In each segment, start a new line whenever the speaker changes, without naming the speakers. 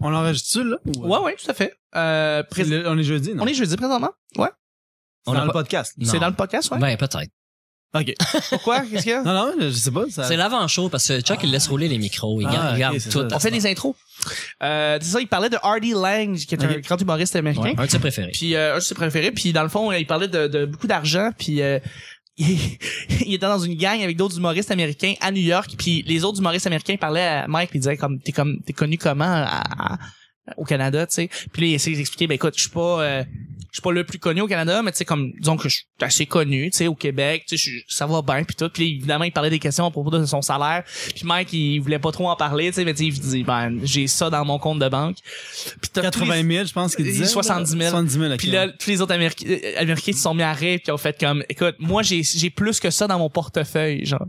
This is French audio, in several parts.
On l'enregistre-tu, là? ou, euh,
Ouais, ouais, tout à fait. Euh,
c'est
pré-
le- on est jeudi, non?
On est jeudi présentement? Ouais.
C'est
on
dans
a
le
pas-
podcast.
Non.
C'est dans le podcast, ouais.
Ben, peut-être.
OK.
Pourquoi? Qu'est-ce qu'il y a?
Non, non, je sais pas. Ça...
C'est l'avant-show parce que Chuck, il laisse rouler les micros. Il
Ah,
garde,
ok,
il garde
c'est
tout.
ça.
On fait des intros. Euh, c'est ça, il parlait de Hardy Lang, qui est un
Ok.
grand humoriste américain.
Ouais, un de ses préférés.
Puis euh, un de ses préférés. Puis dans le fond, euh, il parlait de, de beaucoup d'argent. Puis euh, il, il était dans une gang avec d'autres humoristes américains à New York. Puis les autres humoristes américains parlaient à Mike. Puis ils disaient comme t'es comme t'es connu comment à- à- au Canada, tu sais. Puis là, il essayait d'expliquer. Ben écoute, je suis pas euh, je suis pas le plus connu au Canada, mais tu sais comme disons que je suis assez connu, tu sais au Québec, tu sais je- ça va bien puis tout. Puis évidemment, il parlait des questions à propos de son salaire. Puis Mike, il voulait pas trop en parler, tu sais, mais tu sais, il dit ben j'ai ça dans mon compte de banque. Puis t'as tous les-
80 000, je pense qu'il disait. là.
70 000.
70 000, OK.
puis là, tous les autres Américains, euh, Américains se sont mis à rire puis ont fait comme, écoute, moi j'ai j'ai plus que ça dans mon portefeuille, genre.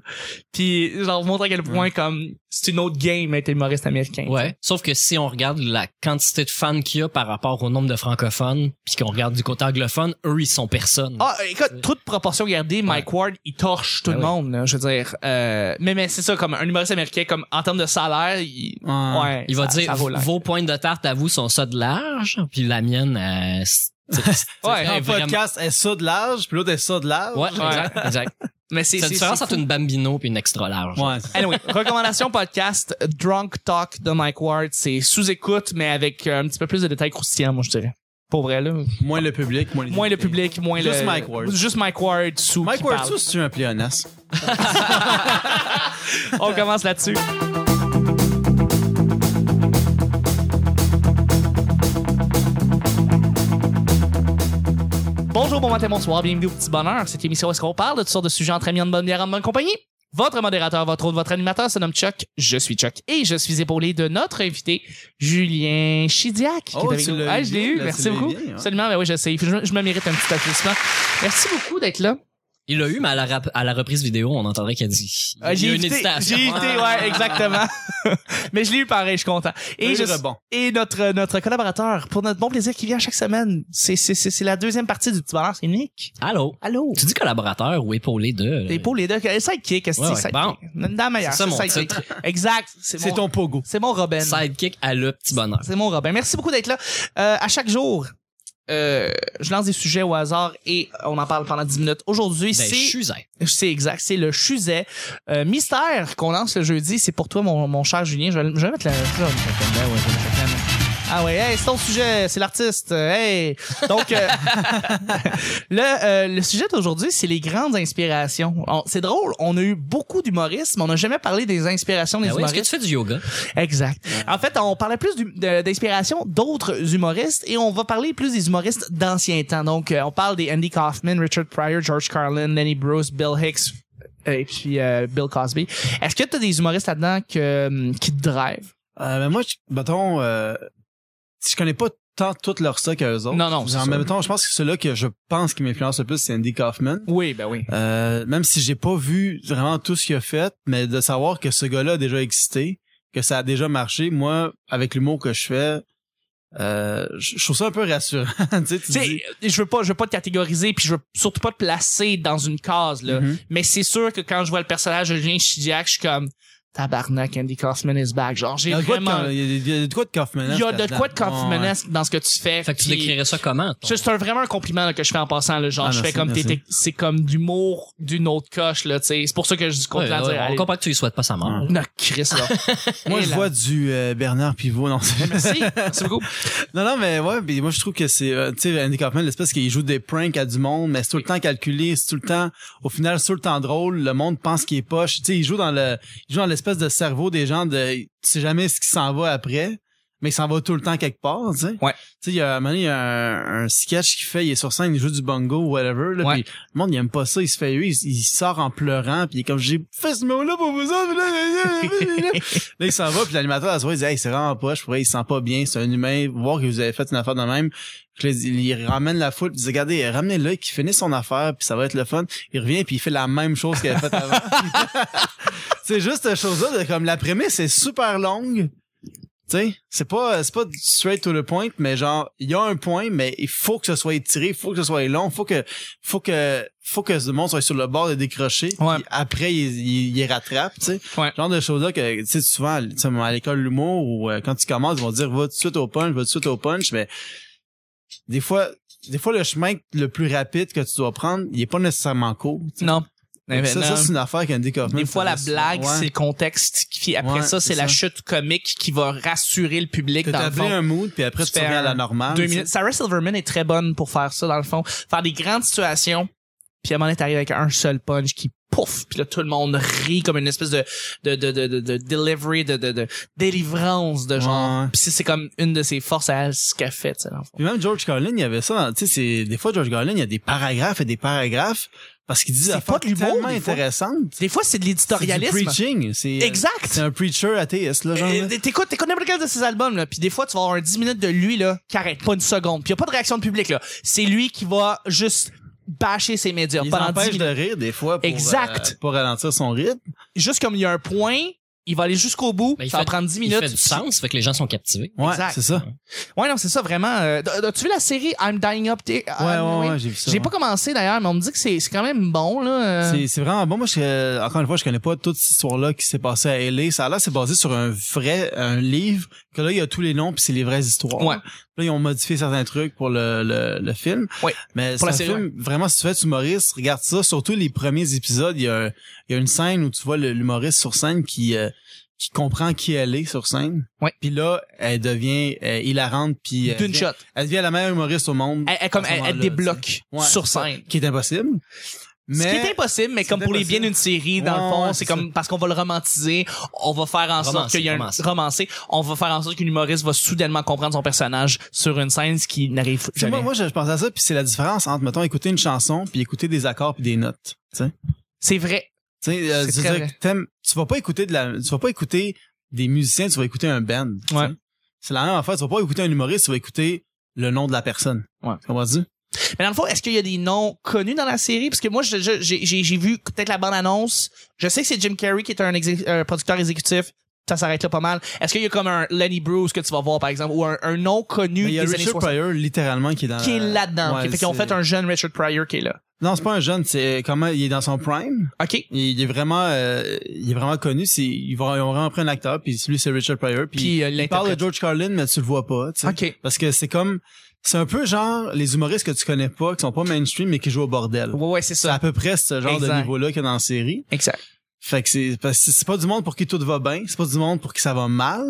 Puis genre vous montre à quel point comme c'est une autre game être humoriste américain.
Ouais. Sauf que si on regarde la quantité de fans qu'il y a par rapport au nombre de francophones, puis qu'on regarde du côté anglophone, eux, ils sont personne.
Ah, écoute, trop de proportions gardées, Mike Ward, il torche tout
Ah
le
oui.
monde, là, je veux dire. Euh, mais mais c'est ça, comme un humoriste américain, comme en termes de salaire, il,
Ouais.
ouais,
il va
ça-
dire
ça vaut la-
vos pointes de tarte à vous sont ça de large, puis la mienne, euh, c'est-
Ouais,
c'est
Un
vraiment-
podcast est ça de large, puis l'autre est ça de large.
Ouais, exact, exact.
mais c'est
C'est la
c'est-
différence
c'est
entre une bambino puis une extra large.
Ouais, c'est ça.
Anyway, recommandation podcast Drunk Talk de Mike Ward, c'est sous écoute mais avec euh, un petit peu plus de détails croustillants, moi je dirais. Pour vrai là.
Moins le public, moins les
Moins le
invités.
public, moins le
Juste Mike Ward.
Juste Mike Ward sous
Mike
qui
Ward,
parle.
ça, c'est un pléonasme.
On commence là-dessus. Bonjour, bon matin, bonsoir, bienvenue au Petit Bonheur. Cette émission où est-ce qu'on parle de toutes sortes de sujets entre amis, en bonne bière, en bonne compagnie. Votre modérateur, votre autre, votre animateur se nomme Chuck. Je suis Chuck et je suis épaulé de notre invité, Julien Chidiac. qui
Oh,
est avec
tu
nous.
l'as
Ah,
eu
je
bien,
l'ai
là,
eu,
tu hein.
merci
l'as eu
beaucoup.
bien, ouais.
Absolument, ben oui, je sais. Je, je me mérite un petit applaudissement. Merci beaucoup d'être là.
Il l'a eu, mais à la, rap- à la reprise vidéo, on entendrait qu'il a dit.
Ah,
il y
j'ai
a une
évité,
hésitation.
j'ai évité, ouais, exactement. Mais je l'ai eu pareil, je suis content. Et, je,
bon.
et notre, notre collaborateur, pour notre bon plaisir qui vient chaque semaine, c'est, c'est, c'est, c'est la deuxième partie du petit bonheur, c'est Nick.
Allô?
Allô?
Tu dis collaborateur ou épaulé de.
Et pour les deux, sidekick, est-ce que
Ben Ouais,
c'est
ouais,
sidekick? Dans la meilleure,
C'est ça, mon
sidekick.
titre.
Exact.
C'est
mon-
ton pogo.
C'est mon Robin.
Sidekick à le petit bonheur.
C'est mon Robin. Merci beaucoup d'être là. Euh, à chaque jour, euh, je lance des sujets au hasard et on en parle pendant 10 minutes. Aujourd'hui,
Ben,
c'est...
Chuzet.
C'est exact, c'est le Chuzet. Euh, mystère qu'on lance le jeudi, c'est pour toi, mon, mon cher Julien. Je vais, je vais mettre la. je vais mettre la- ben ouais, je vais mettre la canne. Ah ouais, hey, c'est ton sujet, c'est l'artiste. Hey! Donc, euh, le, euh, le sujet d'aujourd'hui, c'est les grandes inspirations. On- C'est drôle, on a eu beaucoup d'humoristes, mais on n'a jamais parlé des inspirations des
Ben oui, Est-ce que
humoristes.
tu fais du yoga?
Exact. En fait, on parlait plus d'hu- de- d'inspiration d'autres humoristes et on va parler plus des humoristes d'anciens temps. Donc, euh, on parle des Andy Kaufman, Richard Pryor, George Carlin, Lenny Bruce, Bill Hicks euh, et puis euh, Bill Cosby. Est-ce que tu as des humoristes là-dedans que, hum, qui te drivent?
Euh, ben moi, je, mettons, euh, je connais pas tant tout leur stock qu'eux autres.
Non, non, c'est
Genre,
ça.
mais mettons, je pense que celui-là que je pense qui m'influence le plus, c'est Andy Kaufman.
Oui, ben oui.
Euh, même si j'ai pas vu vraiment tout ce qu'il a fait, mais de savoir que ce gars-là a déjà existé, que ça a déjà marché, moi, avec l'humour que je fais, euh, je je trouve ça un peu rassurant. tu sais, tu
Tu sais, euh,
dis-
je veux pas, je veux pas te catégoriser puis je veux surtout pas te placer dans une case, là.
Mhm.
Mais c'est sûr que quand je vois le personnage de Julien Chidiac, je suis comme, tabarnak, Andy Kaufman is back. Genre,
Il
j'ai
y a de quoi de-
vraiment...
il y a de quoi de Kaufman.
Il y a de quoi de confidence dans ce que tu fais.
Fait que tu
puis-
décrirais ça comment? ton-
Ça, C'est un- vraiment un compliment là, que je fais en passant. Là, genre,
Ah,
je fais
merci,
comme t'es-
merci.
t'es- c'est comme d'humour d'une autre coche. Là, tu sais. c'est pour ça que je continue
Ouais,
à
ouais,
dire.
on
allez,
comprend que tu lui souhaites pas sa mort.
Ouais.
Non, Chris, là.
Moi,
Et
je
là.
vois du euh, Bernard Pivot. Non, c'est-
Merci, merci beaucoup.
non, non, mais ouais, mais moi, je trouve que c'est, euh, tu sais, Andy Kaufman, l'espèce qu'il joue des pranks à du monde, mais c'est tout le temps calculé, c'est tout le temps, au final, c'est tout le temps drôle, le monde pense qu'il est poche. Tu sais, il joue dans le, il joue dans l'espèce de cerveau des gens de, tu sais jamais ce qui s'en va après, mais il s'en va tout le temps quelque part, tu sais.
Ouais.
Tu sais, il y a, à un moment donné, il y a un, un sketch qu'il fait, il est sur scène, il joue du bongo, whatever, là,
Ouais.
puis le monde, il aime pas ça, il se fait huer, il, il sort en pleurant, puis il est comme, j'ai fait ce mot-là pour vous autres, puis là, là, là, là, là. Là, il s'en va, puis l'animateur, à la soirée, il dit, hey, c'est vraiment poche, pour vrai, il se sent pas bien, c'est un humain, voir que vous avez fait une affaire de même. Puis là, il il ramène la foule, puis il dit, regardez, ramenez-le, qu'il finisse son affaire, puis ça va être le fun. Il revient, puis il fait la même chose qu'il avait faite avant. c'est juste cette chose-là, de, comme la prémisse est super longue, Tu sais, c'est pas, c'est pas straight to the point, mais genre, il y a un point, mais il faut que ce soit étiré, il faut que ce soit long, faut que, faut que, faut que ce monde soit sur le bord de décrocher.
Ouais.
puis Après, il, il, il rattrape, tu sais.
Ouais.
Genre de choses-là que, tu sais, souvent, tu sais, à l'école de l'humour ou euh, quand tu commences, ils vont te dire, va tout de suite au punch, va tout de suite au punch, mais des fois, des fois, le chemin le plus rapide que tu dois prendre, il est pas nécessairement court. tu sais.
Non.
Ça,
Non.
ça, c'est une affaire qu'un Kaufman.
Des fois, la
faisait
blague,
souvent.
c'est le contexte. Puis après
Ouais,
ça, c'est
c'est
la
ça.
chute comique qui va rassurer le public dans le
T'établis
fond.
un mood, puis après,
Tu
tu,
fais
reviens à
un-
la normale.
Deux
tu sais.
minutes. Sarah Silverman est très bonne pour faire ça, dans le fond. Faire des grandes situations, puis à un moment donné, t'arrives avec un seul punch qui pouf, puis là, tout le monde rit comme une espèce de, de, de, de, de, de delivery, de, de, de délivrance de genre.
Ouais.
Puis ça, c'est comme une de ses forces à elle, ce qu'elle fait, tu sais, dans le fond.
Puis même George Carlin, il y avait ça. dans- Tu sais, c'est- des fois, George Carlin, il y a des paragraphes et des paragraphes parce qu'il dit
C'est
des
pas
affaires
de l'humour,
tellement
des fois.
intéressantes.
Des fois, c'est de
C'est du
l'éditorialisme.
preaching. C'est, euh,
Exact!
C'est un preacher athéiste, là, genre.
Euh, T'écoutes, t'écoutes n'importe quel de ses albums, là, puis des fois, tu vas avoir un 10 minutes de lui, là, qui arrête pas une seconde, puis y a pas de réaction de public, là. C'est lui qui va juste bâcher ses médias
il
pendant 10
s'empêche
minutes.
de rire, des fois, pour,
Exact.
euh, pour ralentir son rythme.
juste comme il y a un point, il va aller jusqu'au bout,
Ben, il
ça va
fait-
prendre 10
Il
minutes.
fait du sens, fait que les gens sont captivés.
Ouais,
Exact.
c'est ça.
Ouais, non, c'est ça, vraiment. Euh, As-tu vu la série I'm Dying Up?
Ouais,
There? I'm-
ouais,
oui.
ouais, j'ai vu ça.
J'ai
ouais.
pas commencé d'ailleurs, mais on me dit que c'est c'est quand même bon, là. euh.
C'est, c'est vraiment bon. Moi, je, euh, encore une fois, je connais pas toute cette histoire-là qui s'est passée à LA. Ça, là, c'est basé sur un vrai, un livre, que là, il y a tous les noms, puis c'est les vraies histoires.
Ouais.
Là, ils ont modifié certains trucs pour le, le, le film.
Ouais.
Mais
Pour
c'est
la
un
série,
film, vraiment, si tu fais être humoriste, regarde ça. Surtout les premiers épisodes, il y a, il y a une scène où tu vois le- l'humoriste sur scène qui, euh, qui comprend qui elle est sur scène.
Ouais.
Puis là, elle devient euh, hilarante, puis elle
D'une
devient-
shot.
elle devient la meilleure humoriste au monde,
Elle, elle- comme,
à ce
elle, elle
moment-là,
débloque
tu sais. Ouais,
sur
c'est ça.
scène.
qui est impossible. Mais
Ce qui est impossible, mais
c'est
comme pour les biens
impossible.
d'une série, dans le
Ouais,
fond,
ouais,
c'est
c'est
comme parce qu'on va le romantiser, on va faire en sorte
Romancer,
qu'il y a un
romancer.
romancé, on va faire en sorte qu'une humoriste va soudainement comprendre son personnage sur une scène, ce qui n'arrive
Tu sais,
jamais.
Moi, moi, je je pense à ça, puis c'est la différence entre, mettons, écouter une chanson, puis écouter des accords, puis des notes. Tu sais,
C'est vrai.
Tu sais, euh,
C'est
je veux
très
dire
vrai.
que t'aimes- tu vas pas écouter de la, tu vas pas écouter des musiciens, tu vas écouter un band. tu sais.
Ouais.
C'est la même affaire. Tu vas pas écouter un humoriste, tu vas écouter le nom de la personne.
Ouais.
Comment dire?
Mais dans le fond, est-ce qu'il y a des noms connus dans la série? Parce que moi, je- je- j'ai j'ai- j'ai vu peut-être la bande-annonce. Je sais que c'est Jim Carrey qui est un, exé- un producteur exécutif. Ça s'arrête là pas mal. Est-ce qu'il y a comme un Lenny Bruce que tu vas voir, par exemple, ou un, un nom connu
Mais il y a
des années
Richard
60
Pryor, littéralement, qui est dans
qui est là-dedans?
Ouais,
qui fait qu'ils ont
c'est-
fait un jeune Richard Pryor qui est là.
Non, c'est pas un jeune, c'est comment, il est dans son prime.
OK.
Il, il est vraiment, euh, il est vraiment connu. C'est, ils vont, ils ont vraiment pris un acteur, puis celui, c'est Richard Pryor, puis,
Puis euh,
il parle de
l'interprète.
George Carlin, mais tu le vois pas, tu sais.
OK.
Parce que c'est comme, c'est un peu genre les humoristes que tu connais pas, qui sont pas mainstream, mais qui jouent au bordel.
Ouais, ouais, c'est
C'est à
ça.
peu près ce genre
Exact.
de niveau-là qu'il y a dans la série.
Exact.
Fait que c'est, parce que c'est pas du monde pour qui tout va bien, c'est pas du monde pour qui ça va mal,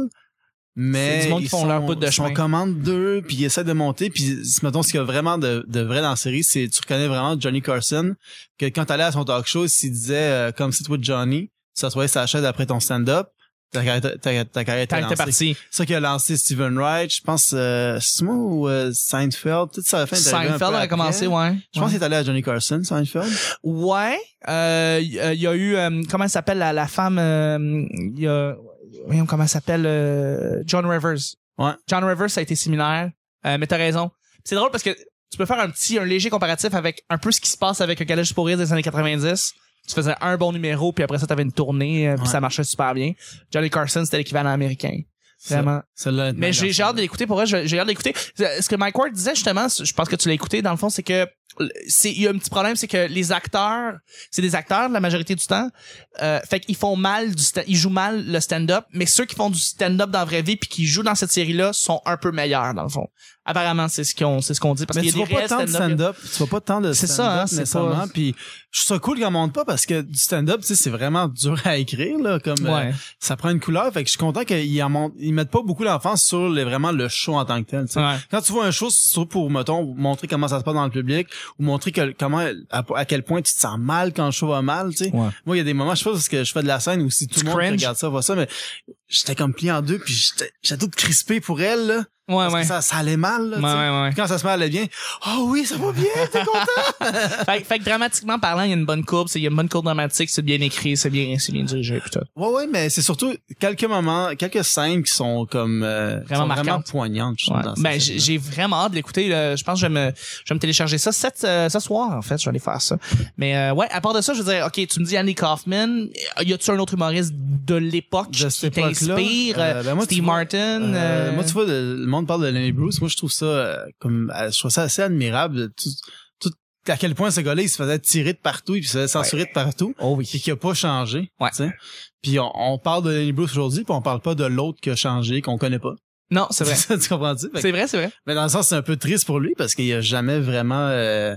mais.
C'est du monde
ils
qui font
sont-
leur bout de
ils sont
chemin.
commande d'eux, puis ils essaient de monter, puis si, mettons ce qu'il y a vraiment de, de vrai dans la série, c'est, tu reconnais vraiment Johnny Carson, que quand t'allais à son talk show, s'il disait, euh, comme si toi Johnny, tu t'assoyais sa chaise après ton stand-up, ta carrière, ta, ta- ta carrière était
T'es
lancée
parti.
ça qui a lancé Steven Wright, je pense, euh, c'est moi ou euh, Seinfeld, peut-être ça a fait
Seinfeld a commencé, ouais.
Je pense qu'il est allé à Johnny Carson, Seinfeld.
Ouais, euh, il y a eu euh, comment elle s'appelle la, la femme euh, il y a voyons, comment elle s'appelle euh, John Rivers.
Ouais.
John Rivers ça a été similaire, euh, mais t'as raison. C'est drôle parce que tu peux faire un petit un léger comparatif avec un peu ce qui se passe avec le collège pour rire des années 90. Tu faisais un bon numéro puis après ça t'avais une tournée euh, puis
Ouais.
ça marchait super bien. Johnny Carson c'était l'équivalent américain. Vraiment.
Celle-là,
Mais j'ai j'ai hâte de l'écouter. Pour vrai, j'ai j'ai hâte de l'écouter. Ce que Mike Ward disait, justement, je pense que tu l'as écouté, dans le fond, c'est que c'est il y a un petit problème, c'est que les acteurs, c'est des acteurs la majorité du temps. Euh, fait qu'ils font mal du sta- ils jouent mal le stand-up, mais ceux qui font du stand-up dans la vraie vie puis qui jouent dans cette série-là sont un peu meilleurs, dans le fond. Apparemment, c'est ce qu'on c'est ce qu'on dit. Parce
Mais
qu'il
tu
y a
vois
des
pas
vrais
tant de
stand-up.
stand-up, tu vois pas tant de
C'est ça, hein,
stand-up
c'est
nécessairement,
pas-
puis je trouve ça cool qu'on monte pas parce que du stand-up, tu sais, c'est vraiment dur à écrire là, comme euh,
Ouais.
ça prend une couleur, fait que je suis content qu'ils en montent, ils mettent pas beaucoup l'enfance sur les, vraiment le show en tant que tel. tu sais.
Ouais.
Quand tu vois un show, c'est surtout pour, mettons, montrer comment ça se passe dans le public ou montrer que, comment, à, à quel point tu te sens mal quand le show va mal, tu sais.
Ouais.
Moi, il y a des moments, je sais pas parce que je fais de la scène ou si tout
Tu
le monde qui
cringes?
regarde ça, voit ça, mais j'étais comme plié en deux puis j'étais j'étais tout crispé pour elle, là.
Ouais,
Parce que
ouais.
ça, ça allait mal, là,
Ouais,
tu sais.
ouais, ouais.
Puis Quand ça se met à aller bien, oh oui, ça va bien, t'es content.
fait, fait que dramatiquement parlant, il y a une bonne courbe, c'est- il y a une bonne courbe dramatique, c'est bien écrit, c'est bien, c'est bien dirigé, pis tout.
ouais, ouais, mais c'est surtout quelques moments, quelques scènes qui sont comme euh, qui
Vraiment
sont vraiment
marquantes.
poignantes. je trouve,
Ouais.
dans ces
Ben, j'ai
scènes-là.
j'ai vraiment hâte de l'écouter. là. Je pense que je vais me, je vais me télécharger ça cette, euh, ce soir, en fait. Je vais aller faire ça. Mais euh, ouais, à part de ça, je veux dire, OK, tu me dis Annie Kaufman. Y a-tu un autre humoriste de l'époque
De
qui
cette époque-là,
t'inspire?
euh, ben, moi, tu
Steve
vois,
Martin?
Euh,
euh,
Moi, tu vois, le, le monde parle de Lenny Bruce. Moi, je trouve ça euh, comme, euh, je trouve ça assez admirable. Tout, tout- à quel point ce gars-là, il se faisait tirer de partout, il se faisait censurer de partout,
Oh oui.
et qui a pas changé.
Ouais.
tu sais. Puis on, on parle de Lenny Bruce aujourd'hui, puis on parle pas de l'autre qui a changé, qu'on connaît pas.
Non, c'est vrai.
tu comprends-tu? Fait que-
C'est vrai, c'est vrai.
Mais dans le sens, c'est un peu triste pour lui parce qu'il a jamais vraiment. Euh,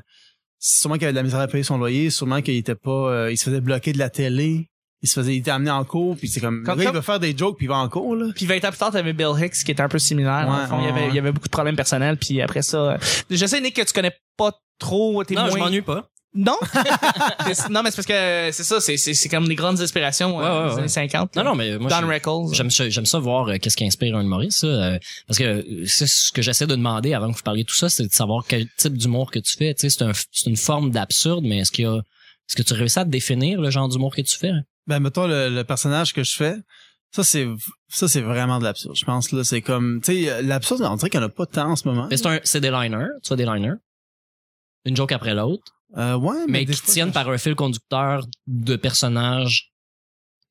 sûrement qu'il avait de la misère à payer son loyer, sûrement qu'il était pas. euh, il se faisait bloquer de la télé, il se faisait, il était amené en cours, puis c'est comme.
Comme-
le gars,
comme-
il veut faire des jokes puis il va en cours là.
Puis 20 ans plus tard, t'avais Bill Hicks qui était un peu similaire.
Ouais,
Dans le fond, il,
ouais,
y avait, il y
ouais.
avait beaucoup de problèmes personnels. Puis après ça, euh, je sais, Nick, que tu connais pas trop. T'es
Non, je
moins-
m'ennuie pas.
Non? C'est- non, mais c'est parce que euh, c'est ça, c'est- c'est c'est comme des grandes inspirations euh,
Ouais, ouais,
des années
ouais.
50.
Non, non, mais moi,
Don
je-
Rickles.
J'aime ça, j'aime ça voir euh, qu'est-ce qui inspire un humoriste, ça, euh, parce que euh, c'est ce que j'essaie de demander avant que vous parliez de tout ça, c'est de savoir quel type d'humour que tu fais. Tu sais, c'est, un, c'est une forme d'absurde, mais est-ce qu'il y a, est-ce que tu réussis à définir le genre d'humour que tu fais
Ben mettons le, le personnage que je fais, ça c'est ça c'est vraiment de l'absurde. Je pense là, c'est comme tu sais euh, l'absurde, on dirait qu'il y en a pas tant en ce moment.
Mais c'est, un, c'est des liners, tu vois des liners, une joke après l'autre,
Euh, ouais, mais,
mais,
des
qui
fois,
tiennent par un fil conducteur de personnages.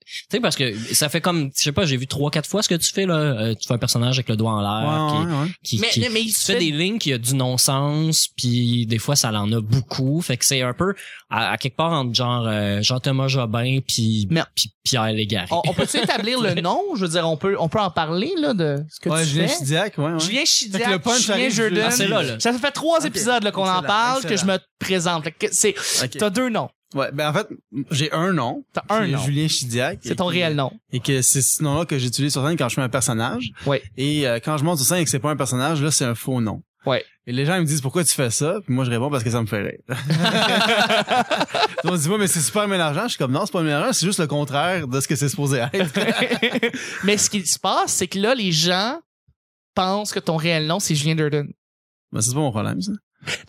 Tu sais, parce que ça fait comme, je sais pas, j'ai vu trois, quatre fois ce que tu fais là. Euh, tu fais un personnage avec le doigt en
Ouais,
l'air, qui,
ouais, ouais.
qui,
Mais-
qui-
mais il
tu
se
fais
fait-
des lignes qui a du non-sens puis des fois ça en a beaucoup fait que c'est un peu à, à quelque part entre genre euh, Jean-Thomas Jobin puis
Mais- Oh,
puis Pierre Légaré
On, on peut-tu établir le nom? Je veux dire, on peut, on peut en parler, là, de ce que
Ouais,
tu
Julien
fais.
Chidiac, ouais, ouais.
Julien Chidiac,
Fait que le punch
Julien
arrive du-
Jordan.
Ah, c'est là, là.
Ça fait trois
Ok.
épisodes là, qu'on en
Excellent,
parle que je
excellent.
me présente. Fait que C'est,
Ok.
T'as deux noms.
Ouais, ben en fait, j'ai un nom.
T'as un
qui est
nom.
Julien Chidiac.
C'est ton
Et qui-
réel nom.
Et que c'est ce nom-là que j'utilise sur scène quand je fais un personnage.
Ouais.
Et euh, quand je monte sur scène et que c'est pas un personnage, là, c'est un faux nom.
Ouais.
Et les gens ils me disent pourquoi tu fais ça, puis moi je réponds parce que ça me fait rire. Ils me disent ouais mais c'est super mélangeant. Je suis comme non c'est pas mélangeant, c'est juste le contraire de ce que c'est supposé être.
Mais ce qui se passe, c'est que là, les gens pensent que ton réel nom, c'est Julien Durden.
mais c'est pas mon problème ça.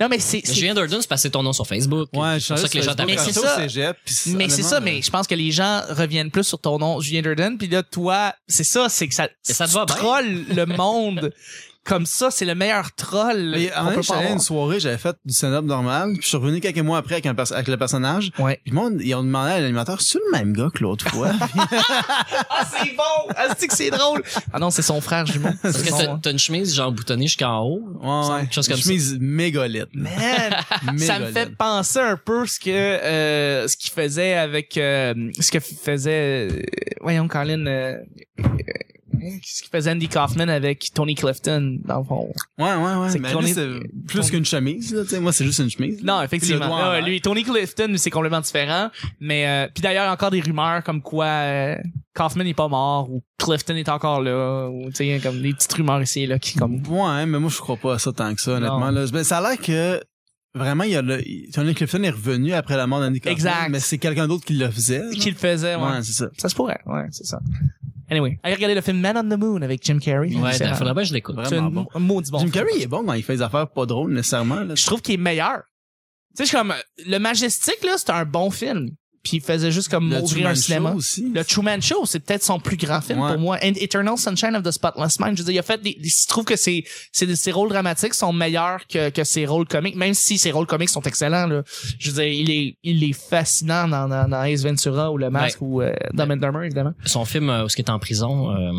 Non, mais c'est,
Mais
c'est-
Julien Durden c'est parce que c'est ton nom sur Facebook
Ouais,
c'est pour ça que les gens
Mais
t'appellent
c'est
ça.
ça.
Mais
mais c'est ça,
euh,
mais je pense que les gens reviennent plus sur ton nom, Julien Durden, puis là, toi, c'est ça, c'est que ça,
Et ça te
tu
va bien.
trolles le monde comme ça, c'est le meilleur troll.
Mais en
qu'on
hein,
même
peut
temps, j'étais
pas
allé à
avoir.
une soirée, j'avais fait du stand-up normal, puis je suis revenu quelques mois après avec, un pers- avec le personnage.
Ouais.
Puis le monde, ils ont demandé à l'animateur, c'est le même gars que l'autre fois.
Ah, c'est bon! Ah, c'est que c'est drôle! Ah non, c'est son frère jumeau.
parce que t'as- t'as une chemise genre boutonnée jusqu'en haut
ouais, ouais.
Quelque chose comme
Une
ça.
chemise mégolite.
Man, ça me
Mégolite.
fait penser un peu ce que euh, ce qu'il faisait avec euh, ce que faisait euh, voyons Colin euh, euh, ce qu'il faisait Andy Kaufman avec Tony Clifton dans le fond.
Ouais, ouais, ouais.
C'est
Mais
que ton
lui,
é-
c'est plus
ton-
qu'une chemise, là, tu sais. Moi, c'est juste une chemise.
Non,
Puis le
effectivement.
doigt en
Ah ouais,
l'air.
lui, Tony Clifton, c'est complètement différent. Mais euh, puis d'ailleurs, encore des rumeurs comme quoi euh, Kaufman n'est pas mort ou Clifton est encore là ou tu sais comme des petites rumeurs ici et là qui comme
Ouais, mais moi, je crois pas à ça tant que ça, honnêtement. Là. Mais ça a l'air que vraiment, il y a le, Tony Clifton est revenu après la mort d'Andy Kaufman.
Exact.
Mais c'est quelqu'un d'autre qui le faisait. là.
qui le faisait. Ouais.
Ouais, c'est ça.
Ça se pourrait, ouais, c'est ça. Anyway, allez regarder le film Man on the Moon avec Jim Carrey.
ouais ben,
Excellent.
faudrait pas que je l'écoute
Vraiment.
C'est un,
bon.
un maudit bon.
Jim
film.
Carrey, euh, il est bon quand il fait des affaires pas drôles, nécessairement. Là.
Je trouve qu'il est meilleur. Tu sais, je suis comme, euh, le Majestic, là, c'était un bon film. Puis il faisait juste comme
Le
ouvrir
Truman
un cinéma.
Show aussi.
Le Truman Show, c'est peut-être son plus grand film
Ouais.
pour moi. And Eternal Sunshine of the Spotless Mind. Je veux dire, il a fait des, des- je trouve que c'est, c'est des- ses rôles dramatiques sont meilleurs que, que ses rôles comiques, même si ses rôles comiques sont excellents, là. Je veux dire, il est, il est fascinant dans, dans, dans Ace Ventura ou Le Masque ou euh, Dumb and Dumber, évidemment.
son film euh, où ce qui est en prison euh,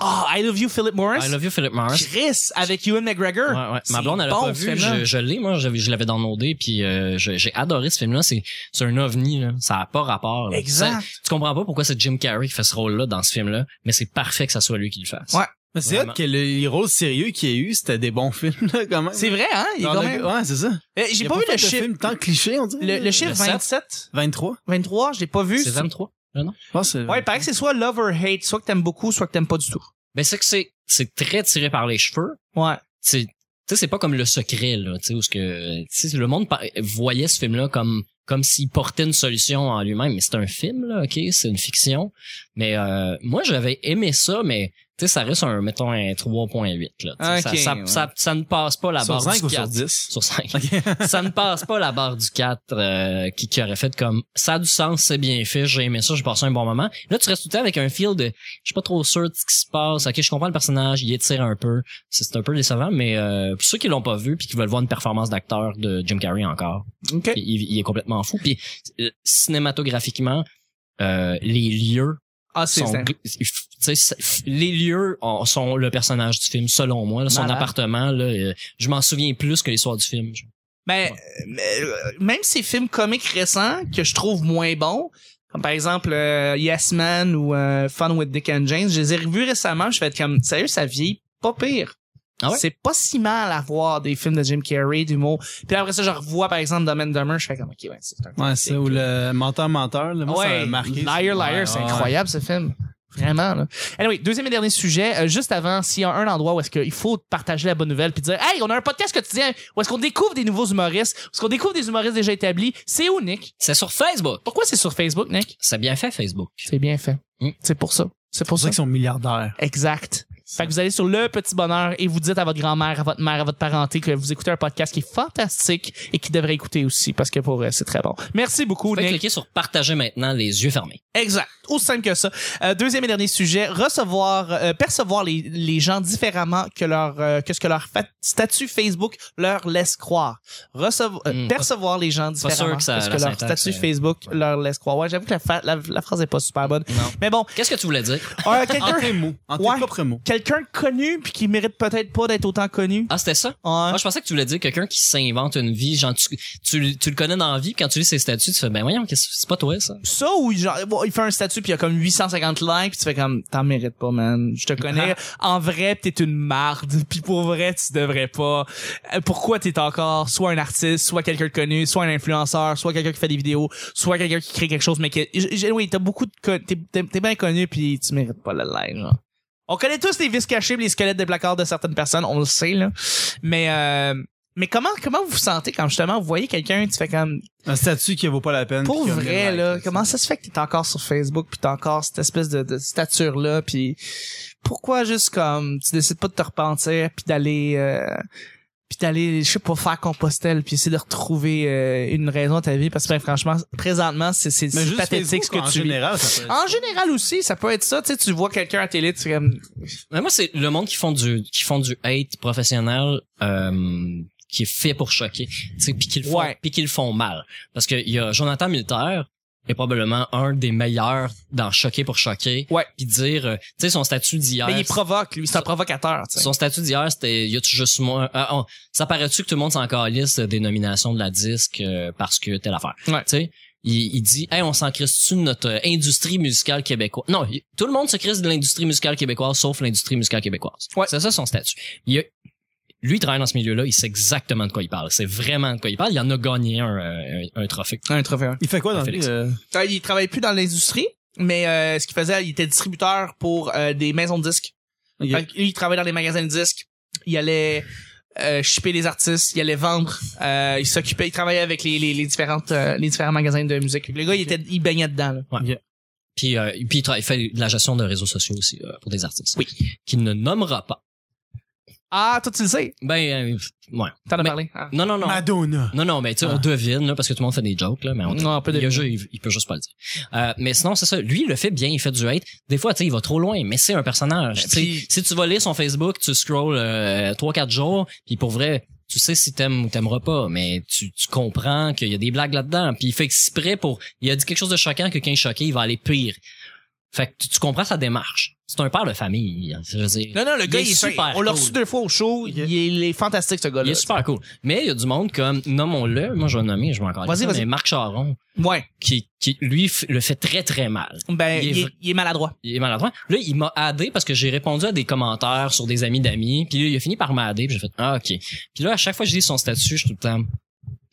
Ah, I Love You, Philip Morris.
I Love You Philip Morris
Chris avec Ewan McGregor.
Ouais, ouais.
C'est
Ma blonde, elle a
bon,
pas
ce
vu.
film-là.
Je, je l'ai, moi, je, je l'avais downloadé, puis euh, je- j'ai adoré ce film-là. C'est c'est un ovni, là. ça a pas rapport. là.
Exact.
Tu sais, Tu comprends pas pourquoi c'est Jim Carrey qui fait ce rôle-là dans ce film-là, mais c'est parfait que ça soit lui qui le fasse.
Ouais.
Mais c'est
Vraiment.
vrai que le- les rôles sérieux qu'il y a eu, c'était des bons films, là, quand même.
C'est vrai, hein? Il est
Genre,
quand
le-
même-
Ouais, c'est ça.
Euh,
Il
J'ai
a
pas vu
fait
le
de
chiffre.
film tant cliché, on dirait.
Le, le chiffre
Le sept.
27,
23.
23, je l'ai pas vu.
C'est 23.
Je pense que c'est-
Ouais, il paraît que c'est soit love or hate, soit que t'aimes beaucoup, soit que t'aimes pas du tout.
Mais Ben, c'est que c'est c'est très tiré par les cheveux.
Ouais.
C'est tu sais, c'est pas comme le secret là, tu sais, où ce que tu sais, le monde par- voyait ce film-là comme comme s'il portait une solution en lui-même, mais c'est un film là, ok, c'est une fiction. Mais euh, moi j'avais aimé ça, mais tu sais, ça reste un, mettons, un 3.8, là. Tu sais,
Ok,
ça, ça,
ouais.
ça, ça ne passe pas la
sur
barre
5
du
ou sur
4.
10?
Sur 5. ça ne passe pas la barre du 4 euh, qui, qui aurait fait comme ça a du sens, c'est bien fait, j'ai aimé ça, j'ai passé un bon moment. Là, tu restes tout le temps avec un feel de je suis pas trop sûr de ce qui se passe. Ok, je comprends le personnage, il étire un peu. C'est c'est un peu décevant, mais euh, pour ceux qui l'ont pas vu puis qui veulent voir une performance d'acteur de Jim Carrey encore,
OK.
puis il, il est complètement fou. Puis euh, cinématographiquement, euh, les lieux
Ah, c'est
sont-
ça.
tu sais, c'est- les lieux ont- sont le personnage du film selon moi là, son
Malade.
appartement là euh, je m'en souviens plus que l'histoire du film
Mais, mais, euh, même ces films comiques récents que je trouve moins bons, comme par exemple euh, Yes Man ou euh, Fun with Dick and James, je les ai revus récemment, je fais comme sérieux, ça vieillit pas pire.
Ah ouais?
C'est pas si mal à voir des films de Jim Carrey, d'humour. Puis après ça, je revois par exemple Dumb and Dumber, je fais comme ok ouais, c'est un
Ouais, c'est ou le menteur-menteur, là. Ah, Moi, ça
Ouais,
m'a marqué.
Liar Liar, c'est
Ouais, ouais.
incroyable ce film. Vraiment, là. Anyway, deuxième et dernier sujet, euh, juste avant, s'il y a un endroit où est-ce qu'il faut partager la bonne nouvelle puis dire Hey, on a un podcast quotidien où est-ce qu'on découvre des nouveaux humoristes, où est-ce qu'on découvre des humoristes déjà établis, c'est où, Nick?
c'est sur Facebook
Pourquoi c'est sur Facebook, Nick?
c'est bien fait Facebook
C'est bien fait.
Mm.
C'est pour ça. C'est pour
C'est pour ça
ça.
qu'ils sont milliardaires.
Exact. Fait que vous allez sur Le Petit Bonheur et vous dites à votre grand-mère, à votre mère, à votre parenté que vous écoutez un podcast qui est fantastique et qui devrait écouter aussi parce que pour vrai, c'est très bon. Merci beaucoup,
Vous pouvez
Nick.
cliquer sur partager maintenant les yeux fermés
Exact. Aussi simple que ça. Euh, deuxième et dernier sujet, recevoir, euh, percevoir les, les gens différemment que leur euh, que ce que leur fa- statut Facebook leur laisse croire. Recevoir, euh,
Hmm, pas-
percevoir les gens différemment
sûr que ça-
ce
la
que leur
syntaxe,
statut
euh,
Facebook leur laisse croire. Ouais, j'avoue que la, fa- la, la phrase est pas super bonne.
Non.
Mais bon,
Qu'est-ce que tu voulais dire?
euh,
En
quelqu'un
tes mots. En
Ouais.
tes propres mots.
quelqu'un de connu puis qui mérite peut-être pas d'être autant connu.
Ah, c'était ça?
Ouais.
Moi, je pensais que tu voulais dire quelqu'un qui s'invente une vie. Genre, tu, tu, tu le connais dans la vie, puis quand tu lis ses statuts, tu fais, ben voyons, qu'est-ce- c'est pas toi, ça.
ça ou genre bon, il fait un statut puis il y a comme 850 likes puis tu fais comme t'en mérites pas man je te connais en vrai t'es une marde puis pour vrai tu devrais pas Euh, pourquoi t'es encore soit un artiste soit quelqu'un de connu soit un influenceur soit quelqu'un qui fait des vidéos soit quelqu'un qui crée quelque chose mais qui j- j- oui t'as beaucoup de con- t'es t'es- t'es bien connu puis tu mérites pas le like genre on connaît tous les vis cachés, les squelettes des placards de certaines personnes, on le sait là. Mais euh, mais comment comment vous vous sentez quand justement vous voyez quelqu'un, tu fais comme
Un statut qui vaut pas la peine.
pour
puis qui a mille
vrai,
likes,
là, comment ça se fait que t'es encore sur Facebook pis t'as encore cette espèce de, de stature-là puis pourquoi juste comme tu décides pas de te repentir puis d'aller euh, puis d'aller je sais pas faire compostelle puis essayer de retrouver euh, une raison à ta vie parce que ben, franchement présentement c'est c'est
Mais
c'est
juste
pathétique
Facebook,
ce que
en
tu vis.
général, ça peut être-
En général aussi, ça peut être ça, tu sais, tu vois quelqu'un à télé, tu fais comme ben,
Mais moi, c'est le monde qui font du, qui font du hate professionnel, euh, qui est fait pour choquer. Tu sais, puis qui le font,
Ouais.
puis qui le font mal. Parce que il y a Jonathan Militaire, est probablement un des meilleurs dans choquer pour choquer.
Ouais.
Puis dire, euh, tu sais, son statut d'hier.
mais il provoque lui, c'est un provocateur, tu sais.
Son statut d'hier, c'était y a-tu juste moi Ah, ah, Ça paraît-tu que tout le monde s'en calisse des nominations de la disque euh, parce que telle affaire
Ouais.
Tu sais, il, il dit hey, on s'en crisse-tu de notre euh, industrie musicale québécoise Non, il- tout le monde se crisse de l'industrie musicale québécoise sauf l'industrie musicale québécoise.
Ouais.
C'est ça son statut. Il a- lui, il travaille dans ce milieu-là, il sait exactement de quoi il parle. C'est vraiment de quoi il parle. Il en a gagné un, euh, un, un trophée.
Un trophée.
Il fait quoi dans
Félix.
le
Euh, il travaillait plus dans l'industrie, mais euh, ce qu'il faisait, il était distributeur pour euh, des maisons de disques.
Ok.
Fait que lui, il travaillait dans les magasins de disques. Il allait euh, shipper les artistes, il allait vendre, euh, il s'occupait, il travaillait avec les, les, les différentes euh, les différents magasins de musique. Le gars, il était il baignait dedans. là.
Puis, euh, puis il, tra- il fait de la gestion de réseaux sociaux aussi euh, pour des artistes.
Oui.
Qu'il ne nommera pas.
Ah, toi tu le sais,
Ben, euh, ouais.
t'en as
Mais-
parlé. Ah.
Non, non, non.
Madonna.
Non, non, mais tu sais, on
Ah.
devine, là, parce que tout le monde fait des jokes, là, mais on
Non, un peu
il,
de
a ju- il- il peut juste pas le dire. Euh, mais sinon, c'est ça. Lui, il le fait bien, il fait du hate. Des fois, tu sais, il va trop loin, mais c'est un personnage.
Ben,
tu sais.
puis-
Si tu vas lire son Facebook, tu scrolls euh, 3-4 jours, puis pour vrai, tu sais si t'aimes ou t'aimeras pas, mais tu, tu comprends qu'il y a des blagues là-dedans. Puis il fait exprès pour... Il a dit quelque chose de choquant, que quand il est choqué, il va aller pire. Fait que tu, tu comprends sa démarche. C'est un père de famille, je veux dire.
Non, non, le gars, il est
super
On l'a
cool.
reçu deux fois au show. Il, est, il est fantastique ce gars-là.
Il est super cool. Mais il y a du monde comme, nommons-le, moi je vais le nommer, je vais encore
Vas-y,
dire ça,
vas-y.
mais Marc Charon,
Ouais.
qui, qui lui f- le fait très très mal.
Ben,
Il
il
est
est,
vra-
il est maladroit.
Il est maladroit. Là, il m'a aidé parce que j'ai répondu à des commentaires sur des amis d'amis, puis là, il a fini par m'aider, puis j'ai fait ah OK. Puis là, à chaque fois que je lis son statut, je suis tout le temps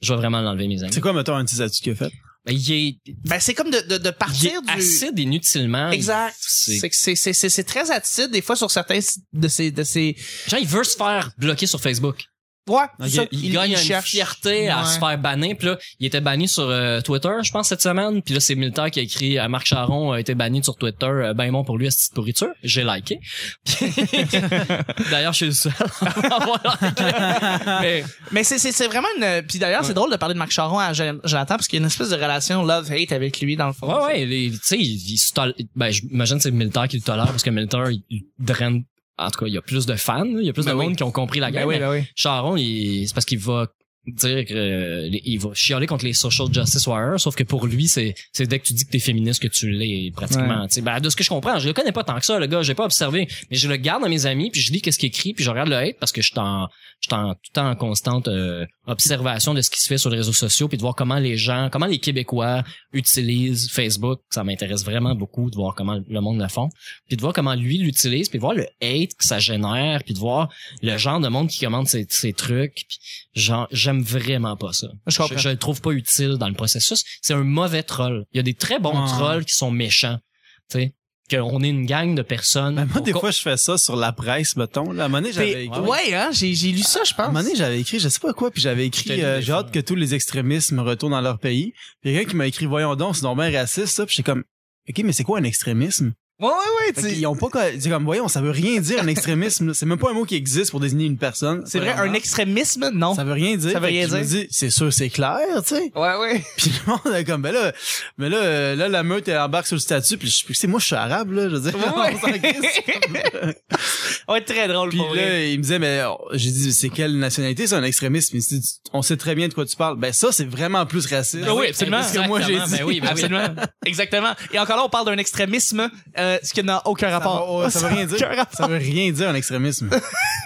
je vais vraiment l'enlever mes amis.
C'est quoi, mettons, un petit statut qu'il a fait?
Ben, il est,
Ben, c'est comme de, de, de
il est
partir du.
acide inutilement. Il-
Exact.
c'est-
C'est que c'est- c'est- c'est- c'est très attitude des fois sur certains de ces de ces
genre il veut se faire bloquer sur Facebook.
Ouais, c'est
Ok,
ça.
il, gagne une
cherche.
fierté à
Ouais.
se faire bannir. Puis là, il était banni sur euh, Twitter, je pense, cette semaine. Puis là, c'est Militaire qui a écrit euh, Marc Charon a été banni sur Twitter. Euh, ben bon pour lui, à cette petite pourriture. J'ai liké. D'ailleurs, je suis le seul à avoir liké. Mais
Mais c'est, c'est, c'est vraiment une. Puis d'ailleurs, c'est drôle de parler de Marc Charon à Jon- Jonathan parce qu'il y a une espèce de relation love-hate avec lui dans le fond.
ouais, ouais, les- tu sais, il, il se tol- ben, j'imagine que c'est Militaire qui le tolère parce que Militaire, il, il draine. En tout cas, il y a plus de fans, là. il y a plus
Ben
de
oui.
monde qui ont compris la
Ben
game.
oui, ben oui.
Charon, il- c'est parce qu'il va dire que euh, il va chialer contre les social justice warriors sauf que pour lui c'est c'est dès que tu dis que t'es féministe que tu l'es pratiquement Tu sais, ben, de ce que je comprends je le connais pas tant que ça le gars j'ai pas observé mais je le garde dans mes amis puis je lis qu'est-ce qu'il écrit puis je regarde le hate parce que je suis en je suis en tout le temps en constante euh, observation de ce qui se fait sur les réseaux sociaux puis de voir comment les gens comment les québécois utilisent Facebook ça m'intéresse vraiment beaucoup de voir comment le monde le font puis de voir comment lui l'utilise puis de voir le hate que ça génère puis de voir le genre de monde qui commande ses, ses trucs puis genre j'aime vraiment pas ça
Je comprends.
je le trouve pas utile dans le processus c'est un mauvais troll il y a des très bons
Ah.
trolls qui sont méchants tu sais qu'on est une gang de personnes
Ben, moi, des
On-
fois, je fais ça sur la presse, mettons. Là, à un moment donné, j'avais
T'es-
écrit.
ouais, hein, j'ai, j'ai lu ça,
À
je
un
pense.
moment donné, j'avais écrit, je sais pas quoi, puis j'avais
Je t'ai
écrit,
lu
euh,
des
j'ai hâte
fois.
que tous les extrémistes me retournent dans leur pays. Puis quelqu'un qui m'a écrit, voyons donc, c'est donc bien raciste, ça. Puis j'étais comme, ok, mais c'est quoi un extrémisme?
Ouais, ouais, ouais.
Fait
tu-
qu'ils ont pas, co- c'est comme, voyons, ça veut rien dire, un extrémisme. là. C'est même pas un mot qui existe pour désigner une personne.
C'est vrai, un
Vraiment.
extrémisme, non.
Ça veut rien dire.
Ça veut
Fait
rien
que je me dis, c'est sûr, c'est clair, tu sais.
Ouais, ouais.
Puis le monde est comme, ben là, mais là, euh, là, la meute, elle embarque sur le statut, puis je, c'est moi, je suis arabe, là, je veux dire.
Ouais.
on s'en crisse.
Ouais, très drôle
Puis
pour vrai.
là, il me disait, mais oh, j'ai dit, c'est quelle nationalité, c'est un extrémiste? Il me dit, on sait très bien de quoi tu parles. Ben ça, c'est vraiment plus raciste.
Ah oui, absolument.
C'est ce que moi, j'ai
Exactement,
dit.
ben oui, ben oui.
Absolument. Exactement. Et encore là, on parle d'un extrémisme, euh, ce qui n'a aucun
Ça,
rapport.
va- oh, ça veut rien dire.
Aucun rapport.
Ça veut rien dire, un extrémisme.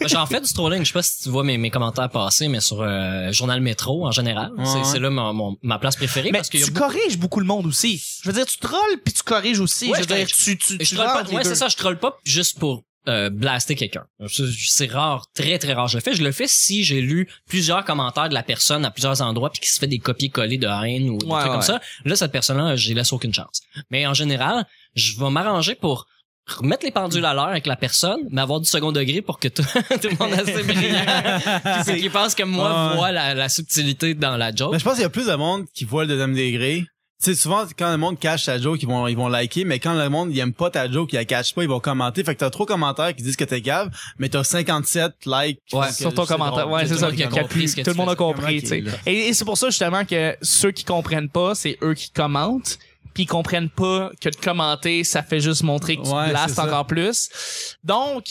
J'en fais du trolling. Je sais pas si tu vois mes, mes commentaires passer, mais sur euh, Journal Métro en général,
Ouais,
c'est
ouais.
c'est là mon, mon- ma place préférée
Mais
parce
tu
qu'il y a beaucoup.
corriges beaucoup le monde aussi. Je veux dire, tu trolles puis tu corriges aussi.
Ouais,
je veux
je-
dire, tu, tu,
Je
tu
troll
rentres
pas,
les
ouais,
deux.
c'est ça. Je troll pas juste pour euh, blaster quelqu'un. C'est- C'est rare, très très rare. Je le fais. Je le fais si j'ai lu plusieurs commentaires de la personne à plusieurs endroits puis qui se fait des copier-coller de haine ou des
Ouais,
trucs comme
ouais.
ça. Là, cette personne-là, j'y laisse aucune chance. Mais en général, je vais m'arranger pour remettre les pendules à l'heure avec la personne, mais avoir du second degré pour que tout, tout le monde assez brillant, qui, qui pense que moi
Ouais.
voit la, la subtilité dans la joke.
Mais je pense qu'il y a plus de monde qui voit le deuxième degré. Tu sais, souvent, quand le monde cache ta joke, ils vont, ils vont liker, mais quand le monde, il aime pas ta joke, il la cache pas, ils vont commenter. Fait que t'as trois commentaires qui disent que t'es cave, mais t'as 57 likes. qui
Ouais,
font que
sur ton
c'est
commentaire.
drôle.
Ouais, c'est ça.
drôle
qui a-
comme
qui a
on-
compris
pu-
ce que
tout le
tu
monde a
faisais.
compris, tu sais.
Comment
Et, et c'est pour ça, justement, que ceux qui comprennent pas, c'est eux qui commentent. Puis ils comprennent pas que de commenter, ça fait juste montrer que tu
Ouais,
blastes
c'est ça.
encore plus. Donc,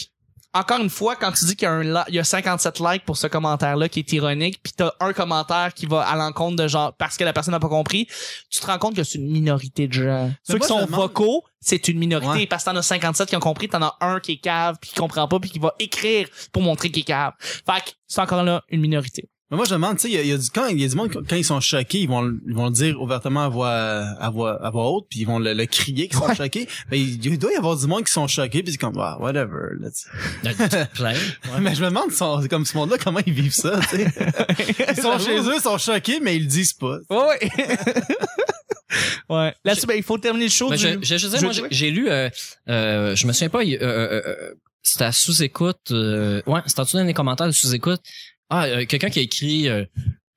encore une fois, quand tu dis qu'il y a, un li- il y a 57 likes pour ce commentaire-là qui est ironique, puis t'as un commentaire qui va à l'encontre de genre parce que la personne n'a pas compris, tu te rends compte que c'est une minorité de gens. Ceux
moi,
qui
je
sont
demande-
vocaux, c'est une minorité
Ouais.
parce que t'en as 57 qui ont compris, t'en as un qui est cave puis qui comprend pas puis qui va écrire pour montrer qu'il est cave. Fait que c'est encore là une minorité.
Mais moi, je me demande, tu sais, il y a, il y a du, quand il y a du monde, quand ils sont choqués, ils vont, le- ils vont le dire ouvertement à voix, à voix, à voix haute, puis ils vont le, le crier qu'ils sont choqués. Mais il, il doit y avoir du monde qui sont choqués, puis c'est comme, ah, whatever, là, tu sais.
Ben, Plein. Ouais.
Mais je me demande, sont- comme ce monde-là, comment ils vivent ça, tu sais. Ils sont chez eux, ils sont choqués, mais ils le disent pas.
Ouais. ouais. Là-dessus, ben, il faut terminer le show
Ben,
du...
je, je, je sais,
du-
moi, j'ai- j'ai lu, euh, euh, je me souviens pas, il- euh, euh, euh, c'était à sous-écoute, euh, ouais, c'était en dessous dans les commentaires de sous-écoute. Ah, euh, quelqu'un qui a écrit, euh,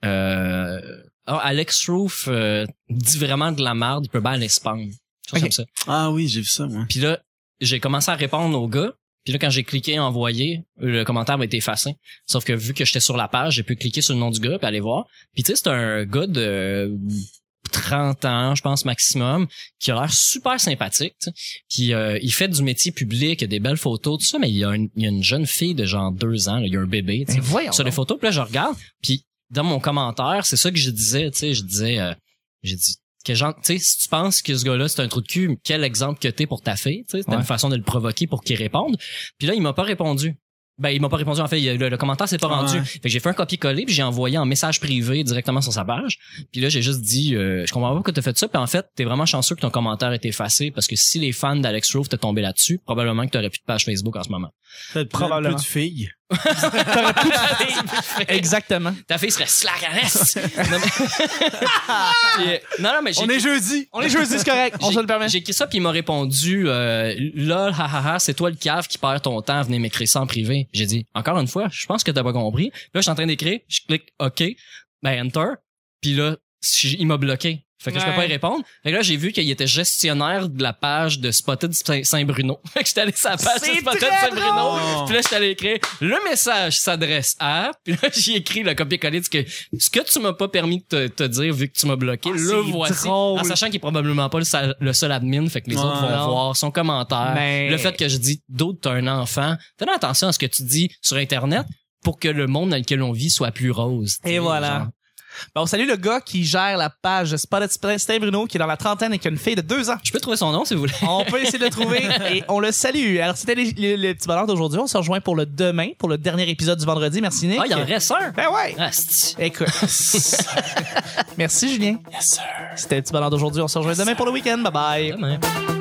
euh, ah, Alex Roof euh, dit vraiment de la merde, il peut bien aller se pendre. Quelque chose
Ok.
comme ça.
Ah oui, j'ai vu ça, moi.
Puis là, j'ai commencé à répondre au gars. Puis là, quand j'ai cliqué envoyer, le commentaire va être effacé. Sauf que vu que j'étais sur la page, j'ai pu cliquer sur le nom du gars puis aller voir. Puis tu sais, c'est un gars de euh, 30 ans, je pense maximum, qui a l'air super sympathique. tu sais. Puis euh, il fait du métier public, il a des belles photos, tout ça. Mais il y a une, il y a une jeune fille de genre deux ans, là, il y a un bébé. tu sais
Ben, voyons
sur les
donc.
photos. Puis là, je regarde. Puis dans mon commentaire, c'est ça que je disais. Tu sais, je disais, euh, j'ai dit, que genre, tu sais, si tu penses que ce gars-là c'est un trou de cul, quel exemple que t'es pour ta fille, tu sais, c'était
Ouais.
une façon de le provoquer pour qu'il réponde. Puis là, il m'a pas répondu. Ben, il m'a pas répondu. En fait, il- le, le commentaire s'est pas
Ouais.
rendu. Fait que j'ai fait un copier-coller, puis j'ai envoyé en message privé directement sur sa page. Puis là, j'ai juste dit, euh, je comprends pas pourquoi t'as fait ça. Puis en fait, t'es vraiment chanceux que ton commentaire ait été effacé, parce que si les fans d'Alex Rove t'étaient tombé là-dessus, probablement que t'aurais plus de page Facebook en ce moment.
Peut-être
Probablement.
Plus de filles.
T'aurais pu- Exactement.
Ta fille serait slagaresse. non, mais... Puis, euh, non, non, mais j'ai-
On est jeudi.
On est jeudi, c'est correct. On
J'ai-
se le permet.
J'ai écrit ça, puis il m'a répondu euh, Lol, hahaha, c'est toi le cave qui perd ton temps, venez m'écrire ça en privé. J'ai dit Encore une fois, je pense que t'as pas compris. Puis Là, je suis en train d'écrire, je clique OK, ben Enter, puis là, si- il m'a bloqué. Fait que je peux
Ouais.
pas y répondre. Fait que là, j'ai vu qu'il était gestionnaire de la page de Spotted Saint- Saint-Bruno. Fait que j'étais allé sur la page de
C'est
Spotted
très
Saint-Bruno.
drôle.
Puis là, j'étais allé écrire Le message s'adresse à. Puis là, j'ai écrit le copier-coller de ce que, ce que tu m'as pas permis de te, te dire vu que tu m'as bloqué.
Ah,
le
c'est
voici.
drôle.
En sachant qu'il est probablement pas le, sa- le seul admin, fait que les
Ouais.
autres vont
Non.
voir son commentaire.
Mais-
Ah, Le fait que je dis d'autres, t'as un enfant. Fais attention à ce que tu dis sur Internet pour que le monde dans lequel on vit soit plus rose. tu
Et
sais,
voilà.
genre.
Ben, on salue le gars qui gère la page Spotted Saint Bruno, qui est dans la trentaine et qui a une fille de deux ans.
Je peux trouver son nom si vous voulez.
On peut essayer de le trouver et on le salue. Alors, c'était les, les- les petits bonheurs d'aujourd'hui. On se rejoint pour le demain, pour le dernier épisode du vendredi. Merci, Nick.
Ah, il en reste un.
Ben ouais.
Ah, c'est-
Écoute. Merci, Julien. C'était le petit bonheur d'aujourd'hui. On se rejoint demain pour le week-end. Bye bye.
Demain.